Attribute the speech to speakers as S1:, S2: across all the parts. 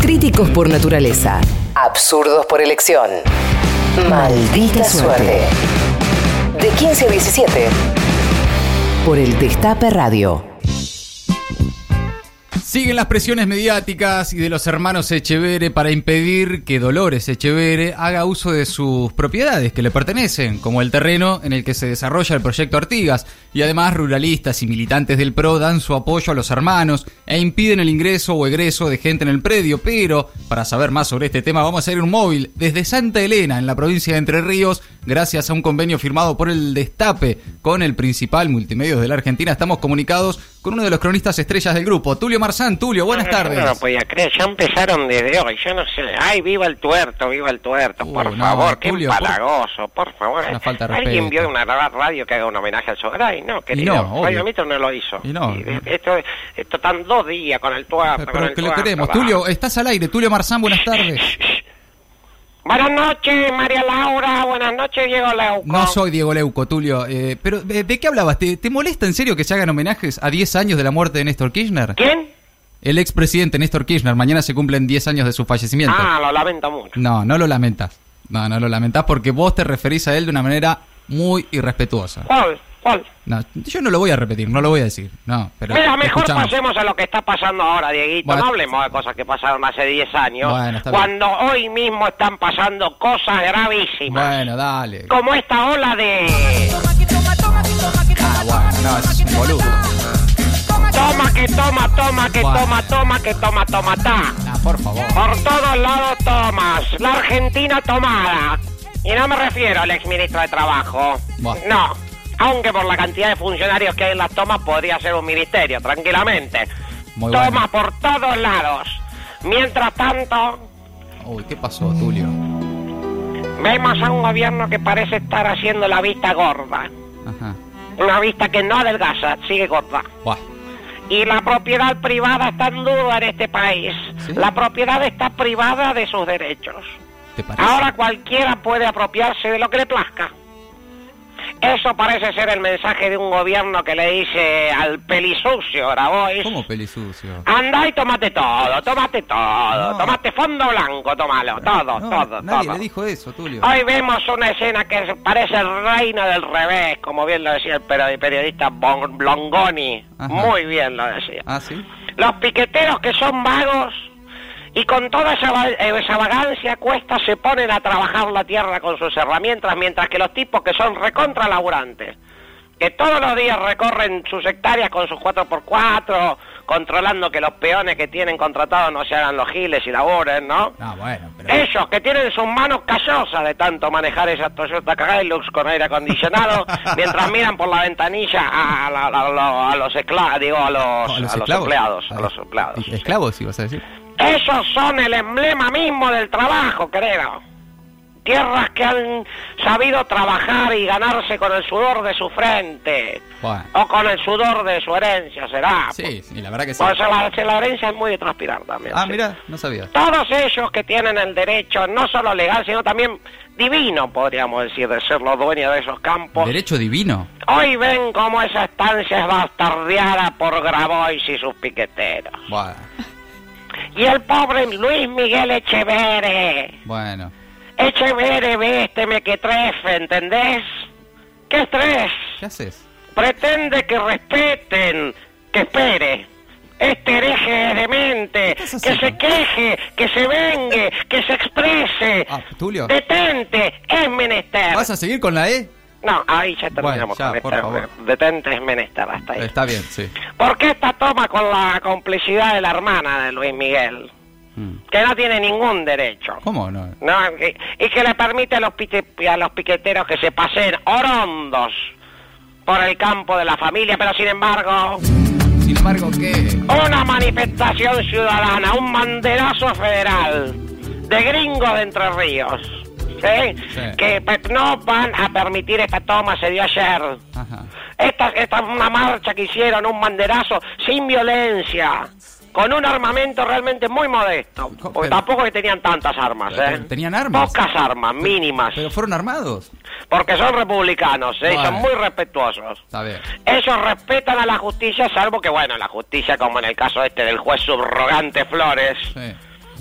S1: Críticos por naturaleza. Absurdos por elección. Maldita suerte. De 15 a 17. Por el Destape Radio.
S2: Siguen las presiones mediáticas y de los hermanos Echevere para impedir que Dolores Echevere haga uso de sus propiedades que le pertenecen, como el terreno en el que se desarrolla el proyecto Artigas, y además ruralistas y militantes del PRO dan su apoyo a los hermanos e impiden el ingreso o egreso de gente en el predio, pero para saber más sobre este tema vamos a hacer un móvil desde Santa Elena, en la provincia de Entre Ríos, gracias a un convenio firmado por el Destape con el principal multimedios de la Argentina, estamos comunicados con uno de los cronistas estrellas del grupo, Tulio Marzán. Tulio, buenas
S3: No, no,
S2: tardes.
S3: No lo podía creer, ya empezaron desde hoy, yo no sé. Ay, viva el tuerto, viva el tuerto,
S2: Uh,
S3: por
S2: no,
S3: favor, qué
S2: Tulio, por-
S3: empalagoso, por favor.
S2: Una falta de
S3: Alguien
S2: respeto.
S3: vio una ra- radio que haga un homenaje a Sogaray, no, querido.
S2: no, obvio.
S3: Radio Mitre no lo hizo.
S2: Y no.
S3: de- esto, esto están dos días con el tuerto, con
S2: Pero
S3: el
S2: que lo
S3: tuerto,
S2: queremos.
S3: va.
S2: Tulio, eh. estás al aire. Tulio Marzán, buenas tardes.
S3: Buenas noches, María Laura, buenas noches, Diego Leuco.
S2: No soy Diego Leuco, Tulio. eh, pero, ¿de, de qué hablabas? ¿Te, te molesta en serio que se hagan homenajes a 10 años de la muerte de Néstor Kirchner?
S3: ¿Quién?
S2: El expresidente Néstor Kirchner. Mañana se cumplen 10 años de su fallecimiento.
S3: Ah, lo lamento mucho.
S2: No, no lo lamentas. No, no lo lamentas porque vos te referís a él de una manera muy irrespetuosa.
S3: ¿Cuál? ¿Cuál?
S2: No, yo no lo voy a repetir, no lo voy a decir. No, pero.
S3: Mira,
S2: te
S3: mejor
S2: escuchamos.
S3: pasemos a lo que está pasando ahora, Dieguito.
S2: Bueno.
S3: no hablemos de cosas que pasaron hace 10 años,
S2: Bueno, está bien.
S3: cuando hoy mismo están pasando cosas gravísimas,
S2: Bueno, dale.
S3: como esta ola de...
S2: Ah, bueno, no, es un boludo.
S3: Toma, que toma, toma, que
S2: Bueno.
S3: toma, toma, que toma, toma, ta.
S2: Ah, por favor.
S3: Por todos lados tomas, la Argentina tomada. Y no me refiero al exministro de Trabajo.
S2: Bueno.
S3: No, aunque por la cantidad de funcionarios que hay en las tomas podría ser un ministerio, tranquilamente.
S2: Muy
S3: Tomas
S2: bueno.
S3: por todos lados. Mientras tanto,
S2: Uy, ¿qué pasó, Tulio?
S3: Vemos a un gobierno que parece estar haciendo la vista gorda.
S2: Ajá.
S3: Una vista que no adelgaza, sigue gorda.
S2: Buah.
S3: Y la propiedad privada está en duda en este país.
S2: ¿Sí?
S3: La propiedad está privada de sus derechos.
S2: ¿Te parece?
S3: Ahora cualquiera puede apropiarse de lo que le plazca. Eso parece ser el mensaje de un gobierno que le dice al pelisucio, ahora voy.
S2: ¿Cómo peli sucio?
S3: Andá y tomate todo, tomate todo,
S2: No.
S3: tomate fondo blanco, tomalo, todo,
S2: No,
S3: todo,
S2: nadie
S3: todo.
S2: le dijo eso, Tulio.
S3: Hoy vemos una escena que parece el reino del revés, como bien lo decía el peri- periodista Bon- Blongoni.
S2: Ajá.
S3: Muy bien lo decía.
S2: Ah, sí.
S3: Los piqueteros que son vagos y con toda esa, va- eh, esa vagancia a cuesta se ponen a trabajar la tierra con sus herramientas, mientras que los tipos que son recontra laburantes, que todos los días recorren sus hectáreas con sus 4x4, controlando que los peones que tienen contratados no se hagan los giles y laburen, ¿no?
S2: Ah, bueno, pero.
S3: Ellos que tienen sus manos callosas de tanto manejar esa Toyota Hilux con aire acondicionado, mientras miran por la ventanilla a, a- a- a- a los esclavos, digo, a los,
S2: No,
S3: a los empleados, a
S2: Ah,
S3: los empleados.
S2: y- Esclavos, ibas a decir.
S3: Esos son el emblema mismo del trabajo, creo. Tierras que han sabido trabajar y ganarse con el sudor de su frente.
S2: Bueno.
S3: O con el sudor de su herencia, será.
S2: Sí, sí, la verdad que sí.
S3: Ah, Pues la, la herencia es muy de transpirar también.
S2: Ah,
S3: sí.
S2: mira, no sabía.
S3: Todos ellos que tienen el derecho, no solo legal, sino también divino, podríamos decir, de ser los dueños de esos campos,
S2: Derecho divino.
S3: hoy ven cómo esa estancia es bastardeada por Grabois y sus piqueteros.
S2: Bueno,
S3: Y el pobre Luis Miguel Echevere,
S2: bueno.
S3: Echevere ve este mequetrefe, ¿entendés? ¿Qué estrés?
S2: ¿Qué haces?
S3: Pretende que respeten, que espere. Este hereje es demente,
S2: estás
S3: que se
S2: haciendo?
S3: queje, que se vengue, que se exprese.
S2: Ah, Tulio.
S3: Eh, Detente, es menester.
S2: ¿Vas a seguir con la E?
S3: No, ahí ya terminamos
S2: Bueno, ya,
S3: con
S2: por
S3: esta.
S2: favor.
S3: Detente, es menester, hasta ahí.
S2: Está bien, sí.
S3: ¿Por qué esta toma con la complicidad de la hermana de Luis Miguel?
S2: Mm.
S3: Que no tiene ningún derecho.
S2: ¿Cómo no?
S3: No, y, y que le permite a los, pite- a los piqueteros que se pasen orondos por el campo de la familia, pero sin embargo,
S2: Sin embargo, ¿qué?
S3: una manifestación ciudadana, un banderazo federal de gringos de Entre Ríos, ¿sí?
S2: Sí.
S3: que pe- no van a permitir esta toma, se dio ayer.
S2: Ajá.
S3: Esta, esta es una marcha que hicieron, un banderazo sin violencia, con un armamento realmente muy modesto.
S2: Co-
S3: Porque
S2: pero-
S3: tampoco que tenían tantas armas,
S2: Pero-
S3: ¿eh?
S2: pero tenían armas.
S3: Pocas armas, mínimas.
S2: ¿Pero fueron armados?
S3: Porque son republicanos, ¿eh? Y
S2: Vale.
S3: son muy respetuosos.
S2: Está bien.
S3: Ellos respetan a la justicia, salvo que, bueno, la justicia, como en el caso este del juez subrogante Flores,
S2: Sí.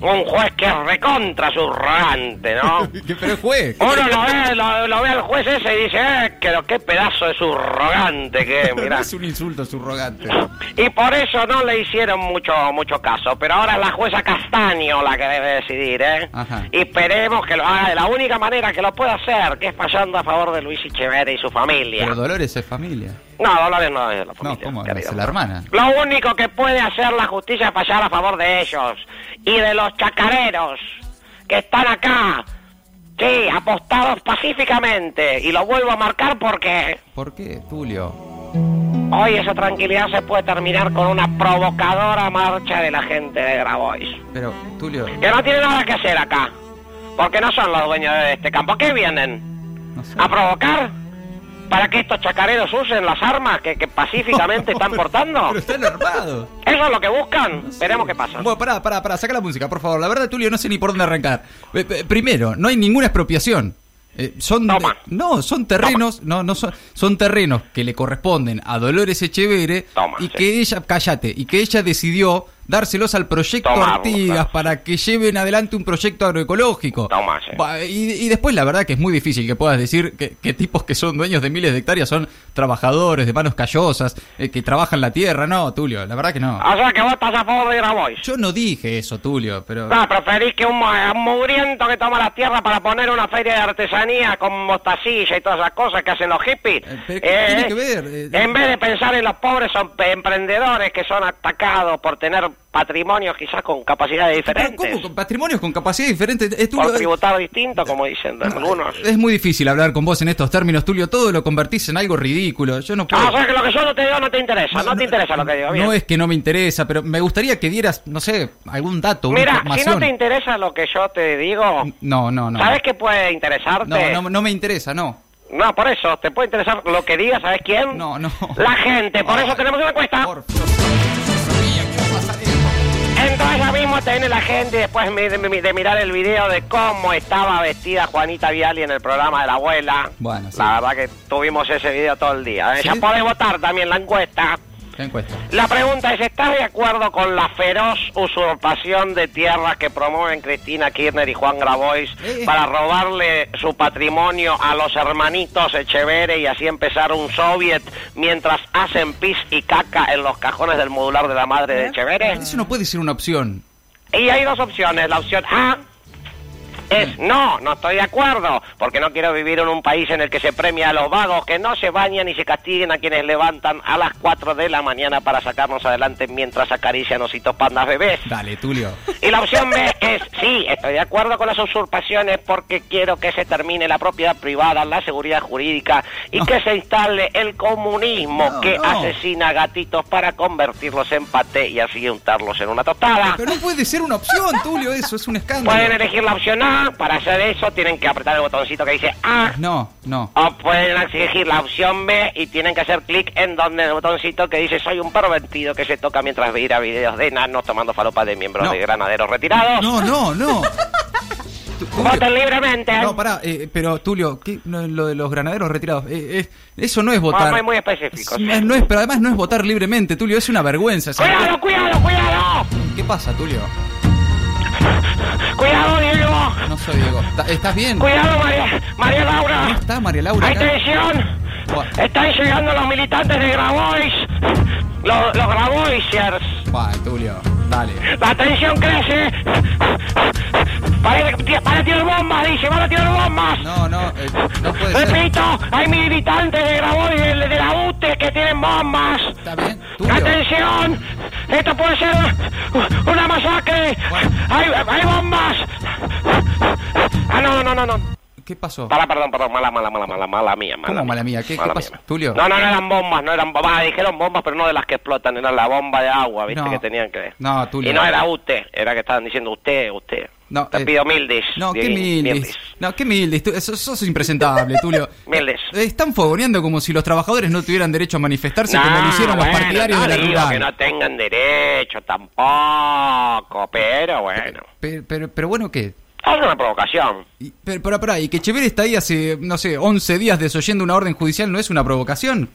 S3: Un juez que es recontra subrante, ¿no?
S2: Pero juez.
S3: Uno lo ve, lo, lo ve al juez ese y dice, eh, que lo- qué pedazo de subrogante que es, mirá.
S2: es un insulto subrogante.
S3: Y por eso no le hicieron mucho mucho caso. Pero ahora es la jueza Castaño la que debe decidir, ¿eh?
S2: Ajá.
S3: Y esperemos que lo haga de la única manera que lo pueda hacer, que es fallando a favor de Luis Echeverría y su familia.
S2: Pero Dolores es familia.
S3: No, Dolores no es de la familia.
S2: No, ¿cómo?
S3: querido.
S2: Es la hermana.
S3: Lo único que puede hacer la justicia es fallar a favor de ellos y de los chacareros que están acá, sí, apostados pacíficamente. Y lo vuelvo a marcar porque
S2: ¿Por qué, Tulio?
S3: hoy esa tranquilidad se puede terminar con una provocadora marcha de la gente de Grabois.
S2: Pero, Tulio,
S3: Que no tiene nada que hacer acá, porque no son los dueños de este campo. ¿A ¿Qué vienen?
S2: no sé.
S3: ¿A provocar? ¿Para que estos chacareros usen las armas que, que pacíficamente están portando?
S2: Pero están armados.
S3: Eso es lo que buscan. Veremos qué pasa.
S2: Bueno, pará, pará, pará, saca la música, por favor. La verdad, Tulio, no sé ni por dónde arrancar. Eh, eh, primero, no hay ninguna expropiación. Eh, son
S3: Toma.
S2: no son terrenos no no son son terrenos que le corresponden a Dolores Echevere
S3: Toma,
S2: y
S3: sí.
S2: que ella cállate y que ella decidió dárselos al proyecto
S3: Toma,
S2: Artigas
S3: claro.
S2: para que lleven adelante un proyecto agroecológico
S3: Toma, sí.
S2: Bah, y, y después la verdad que es muy difícil que puedas decir que, que tipos que son dueños de miles de hectáreas son trabajadores de manos callosas eh, que trabajan la tierra no Tulio la verdad que no
S3: O sea que vos estás a favor de Grabois.
S2: yo no dije eso, Tulio, pero.
S3: No, preferís que un, mu- un mugriento que toma la tierra para poner una feria de artesanía con mostacilla y todas esas cosas que hacen los hippies.
S2: Eh, pero ¿qué tiene que ver? Eh,
S3: en vez de pensar en los pobres son pe- emprendedores que son atacados por tener patrimonios quizás con capacidades
S2: Pero
S3: diferentes.
S2: ¿Cómo? Con patrimonios con capacidades diferentes. Es, Tulio,
S3: por tributar distinto, como dicen algunos.
S2: es muy difícil hablar con vos en estos términos, Tulio. Todo lo convertís en algo ridículo. Yo no puedo.
S3: Ah, o sea que lo que yo no te digo no te interesa, no, te interesa lo que digo. Bien.
S2: eh. No es que no me interesa, pero me gustaría que dieras, no sé, algún dato, una
S3: Mira, si
S2: información.
S3: no te interesa lo que yo te digo,
S2: no, no, no.
S3: ¿sabes qué puede interesarte?
S2: No, no, no me interesa, no.
S3: No, por eso, te puede interesar lo que diga, ¿sabes quién?
S2: No, no.
S3: La gente, por eso tenemos una encuesta.
S2: Por favor. Sabía que iba a pasar esto.
S3: Entonces ya mismo te viene la gente y después mi- de, mi- de mirar el video de cómo estaba vestida Juanita Viali en el programa de la abuela.
S2: Bueno, sí.
S3: La verdad que tuvimos ese video todo el día. ¿eh?
S2: Sí.
S3: Ya podés votar también la encuesta.
S2: La encuesta.
S3: La pregunta es, ¿estás de acuerdo con la feroz usurpación de tierras que promueven Cristina Kirchner y Juan Grabois
S2: Eh.
S3: para robarle su patrimonio a los hermanitos Echevere y así empezar un soviet mientras hacen pis y caca en los cajones del modular de la madre de Echevere?
S2: Eso no puede ser una opción.
S3: Y hay dos opciones. La opción A es no, no estoy de acuerdo, porque no quiero vivir en un país en el que se premia a los vagos, que no se bañan y se castiguen a quienes levantan a las 4 de la mañana para sacarnos adelante mientras acarician ositos pandas bebés.
S2: Dale, Tulio.
S3: Y la opción B es sí, estoy de acuerdo con las usurpaciones porque quiero que se termine la propiedad privada, la seguridad jurídica y
S2: No.
S3: que se instale el comunismo
S2: No,
S3: que
S2: no.
S3: asesina gatitos para convertirlos en paté y así untarlos en una tostada.
S2: Pero no puede ser una opción, Tulio, eso es un escándalo.
S3: Pueden elegir la opción A, para hacer eso tienen que apretar el botoncito que dice A.
S2: No, no.
S3: O pueden exigir la opción B y tienen que hacer clic en donde el botoncito que dice soy un pervertido que se toca mientras mira videos de enanos tomando falopa de miembros
S2: No.
S3: de granaderos retirados.
S2: No, no, no. Tu-
S3: Voten
S2: Tulio,
S3: libremente.
S2: No, pará, eh, pero Tulio, ¿qué? No, lo de los granaderos retirados, eh, eh, eso no es votar.
S3: Bueno, Ah, muy- muy específico,
S2: Es-
S3: sí.
S2: no es, pero además no es votar libremente, Tulio, es una vergüenza. ¿sabes?
S3: ¡Cuidado, cuidado, cuidado!
S2: ¿Qué pasa, Tulio?
S3: ¡Cuidado, Diego!
S2: No soy Diego. Ta- ¿Estás bien?
S3: ¡Cuidado, María, María
S2: ¿No
S3: Laura!
S2: está María Laura?
S3: ¡Hay
S2: acá?
S3: tensión!
S2: Bueno.
S3: Están llegando los militantes de Grabois. Los, los Graboisers.
S2: Va, Tulio, dale.
S3: La tensión crece. Parece que tira- Van a tirar bombas, dice, van a tirar bombas.
S2: No, no, eh, no puede ser.
S3: Repito, hay militantes de Grabois de, de la UTE que tienen bombas.
S2: ¿Está bien? Tulio.
S3: ¡Atención! Esto puede ser u- una masacre.
S2: Bueno.
S3: Hay, hay bombas. Ah, no, no, no, no.
S2: ¿Qué pasó?
S3: Para, perdón, perdón. Mala, mala, mala, mala, mala mía. Mala
S2: ¿Cómo mala mía? ¿Qué- qué pasó? Tulio.
S3: No, no, no eran bombas, no eran bombas. Ah, Dijeron bombas, pero no de las que explotan. Era la bomba de agua, viste,
S2: No.
S3: que tenían que...
S2: No, Tulio.
S3: Y no era usted, era que estaban diciendo usted, usted.
S2: No,
S3: Te
S2: eh,
S3: pido mildis.
S2: No, qué
S3: Dieguín,
S2: mildis. No, qué mildis. Tú- Sos, sos impresentable, Tulio.
S3: Mildis.
S2: Eh, Están fogoneando como si los trabajadores no tuvieran derecho a manifestarse como lo hicieron los
S3: bueno,
S2: partidarios
S3: no
S2: de la
S3: digo
S2: rural.
S3: que no tengan derecho tampoco, pero bueno.
S2: Pero, pero, pero bueno, ¿qué?
S3: Es una provocación.
S2: Y, pero, pero, pará, y que Echeverri está ahí hace, no sé, 11 días desoyendo una orden judicial, ¿no es una provocación?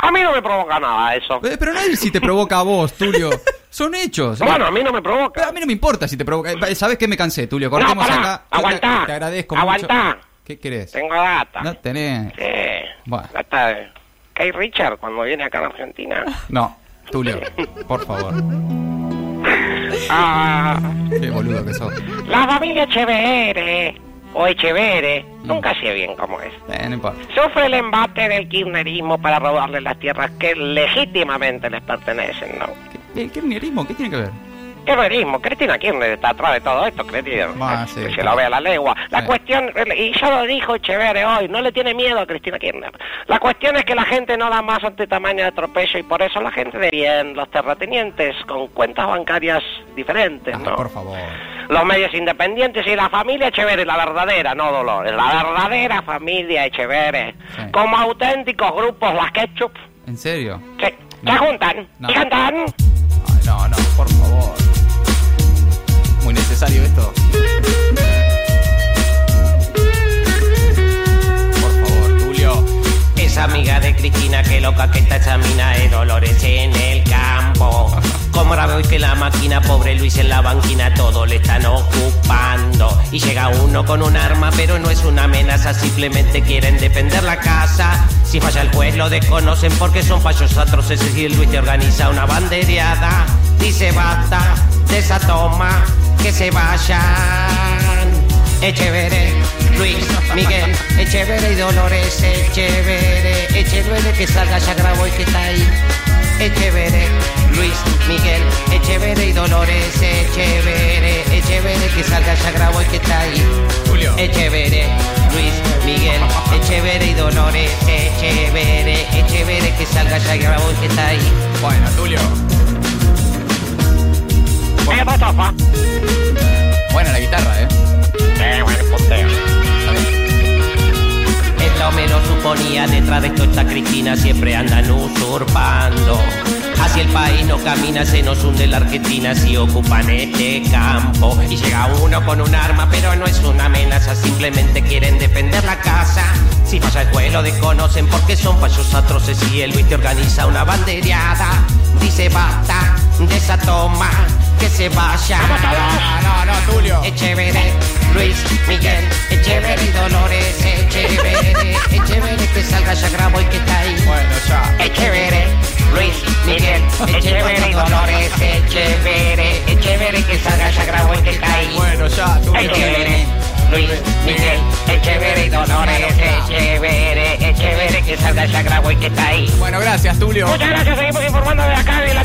S3: A mí no me provoca nada eso.
S2: Eh, pero nadie si te provoca a vos, Tulio. Son hechos.
S3: Bueno, a mí no me provoca.
S2: Pero a mí no me importa si te provoca. ¿Sabes qué? Me cansé, Tulio. Cortemos
S3: pará,
S2: acá. Yo te-
S3: aguantá,
S2: Te, agradezco
S3: aguantá.
S2: mucho. ¿Qué querés?
S3: Tengo data.
S2: No tenés.
S3: Sí.
S2: Bueno.
S3: Data de Kay Richard cuando viene acá a la Argentina.
S2: No, Tulio, por favor.
S3: Ah,
S2: Qué boludo que sos.
S3: la familia Echeverre o Echeverre, nunca sé bien cómo es.
S2: Eh, no importa.
S3: Sufre el embate del kirchnerismo para robarle las tierras que legítimamente les pertenecen, ¿no?
S2: ¿Qué- ¿El kirchnerismo qué tiene que ver?
S3: Kirchnerismo, Cristina Kirchner está atrás de todo esto, querido.
S2: Ah,
S3: Eh,
S2: sí,
S3: que se
S2: claro.
S3: lo vea la legua. La
S2: Sí.
S3: cuestión, y ya lo dijo Echeverre hoy, no le tiene miedo a Cristina Kirchner. La cuestión es que la gente no da más ante tamaño de atropello y por eso la gente de bien, los terratenientes con cuentas bancarias diferentes,
S2: Ah,
S3: ¿no?
S2: por favor.
S3: Los medios independientes y la familia Echeverre, la verdadera, no Dolores, la verdadera familia Echeverre.
S2: Sí.
S3: Como auténticos grupos, las ketchup,
S2: ¿En serio?
S3: se,
S2: No.
S3: se juntan
S2: No.
S3: y cantan.
S2: Ay, no, no, por favor. Muy necesario esto. Por favor, Tulio.
S4: Es amiga de Cristina que loca que está esa mina de Dolores en el campo. Como ahora veo que la máquina, pobre Luis en la banquina, todo le están ocupando. Y llega uno con un arma, pero no es una amenaza, simplemente quieren defender la casa. Si falla el juez lo desconocen porque son fallos atroces y el Luis te organiza una bandereada. Dice basta de esa toma, que se vayan. Echeveré, Luis, Miguel, Echeveré y Dolores, Echeveré, Echeveré que salga ya grabó y que está ahí. Echeveré, Luis, Miguel, Echeveré y Dolores, Echeveré, Echeveré que salga ya grabó y que está ahí.
S2: Julio.
S4: Echeveré, Luis, Miguel, Echeveré y Dolores, Echeveré, Echeveré que salga ya grabó y que está ahí.
S2: Bueno, Tulio.
S3: Eh, Mostafa.
S2: Buena la guitarra, ¿eh?
S3: Eh, bueno, punteo.
S2: Está bien.
S4: Es lo menos suponía, detrás de esto esta Cristina siempre andan usurpando. Hacia el país no camina, se nos hunde la Argentina si ocupan este campo. Y llega uno con un arma, pero no es una amenaza, simplemente quieren defender la casa. Si falla el juez lo desconocen porque son fallos atroces y el Luis te organiza una bandereada. Dice basta de esa toma, que se vaya.
S2: No, no, Tulio.
S4: Echeveré, Luis, Miguel, Echeveré y Dolores, Echeveré, Echeveré, que salga ya grabo y que está ahí.
S2: Bueno, ya.
S4: Echeveré, Luis, Miguel, Echeveré y Dolores, Echeveré, Echeveré, que salga ya grabo y que está ahí.
S2: Bueno, ya, Tulio.
S4: Echeveré, Luis, Miguel, Echeveré y Dolores, Echeveré, Echeveré, que salga ya grabo y que está ahí.
S2: Bueno, gracias, Tulio.
S3: Muchas gracias, seguimos informando de acá y la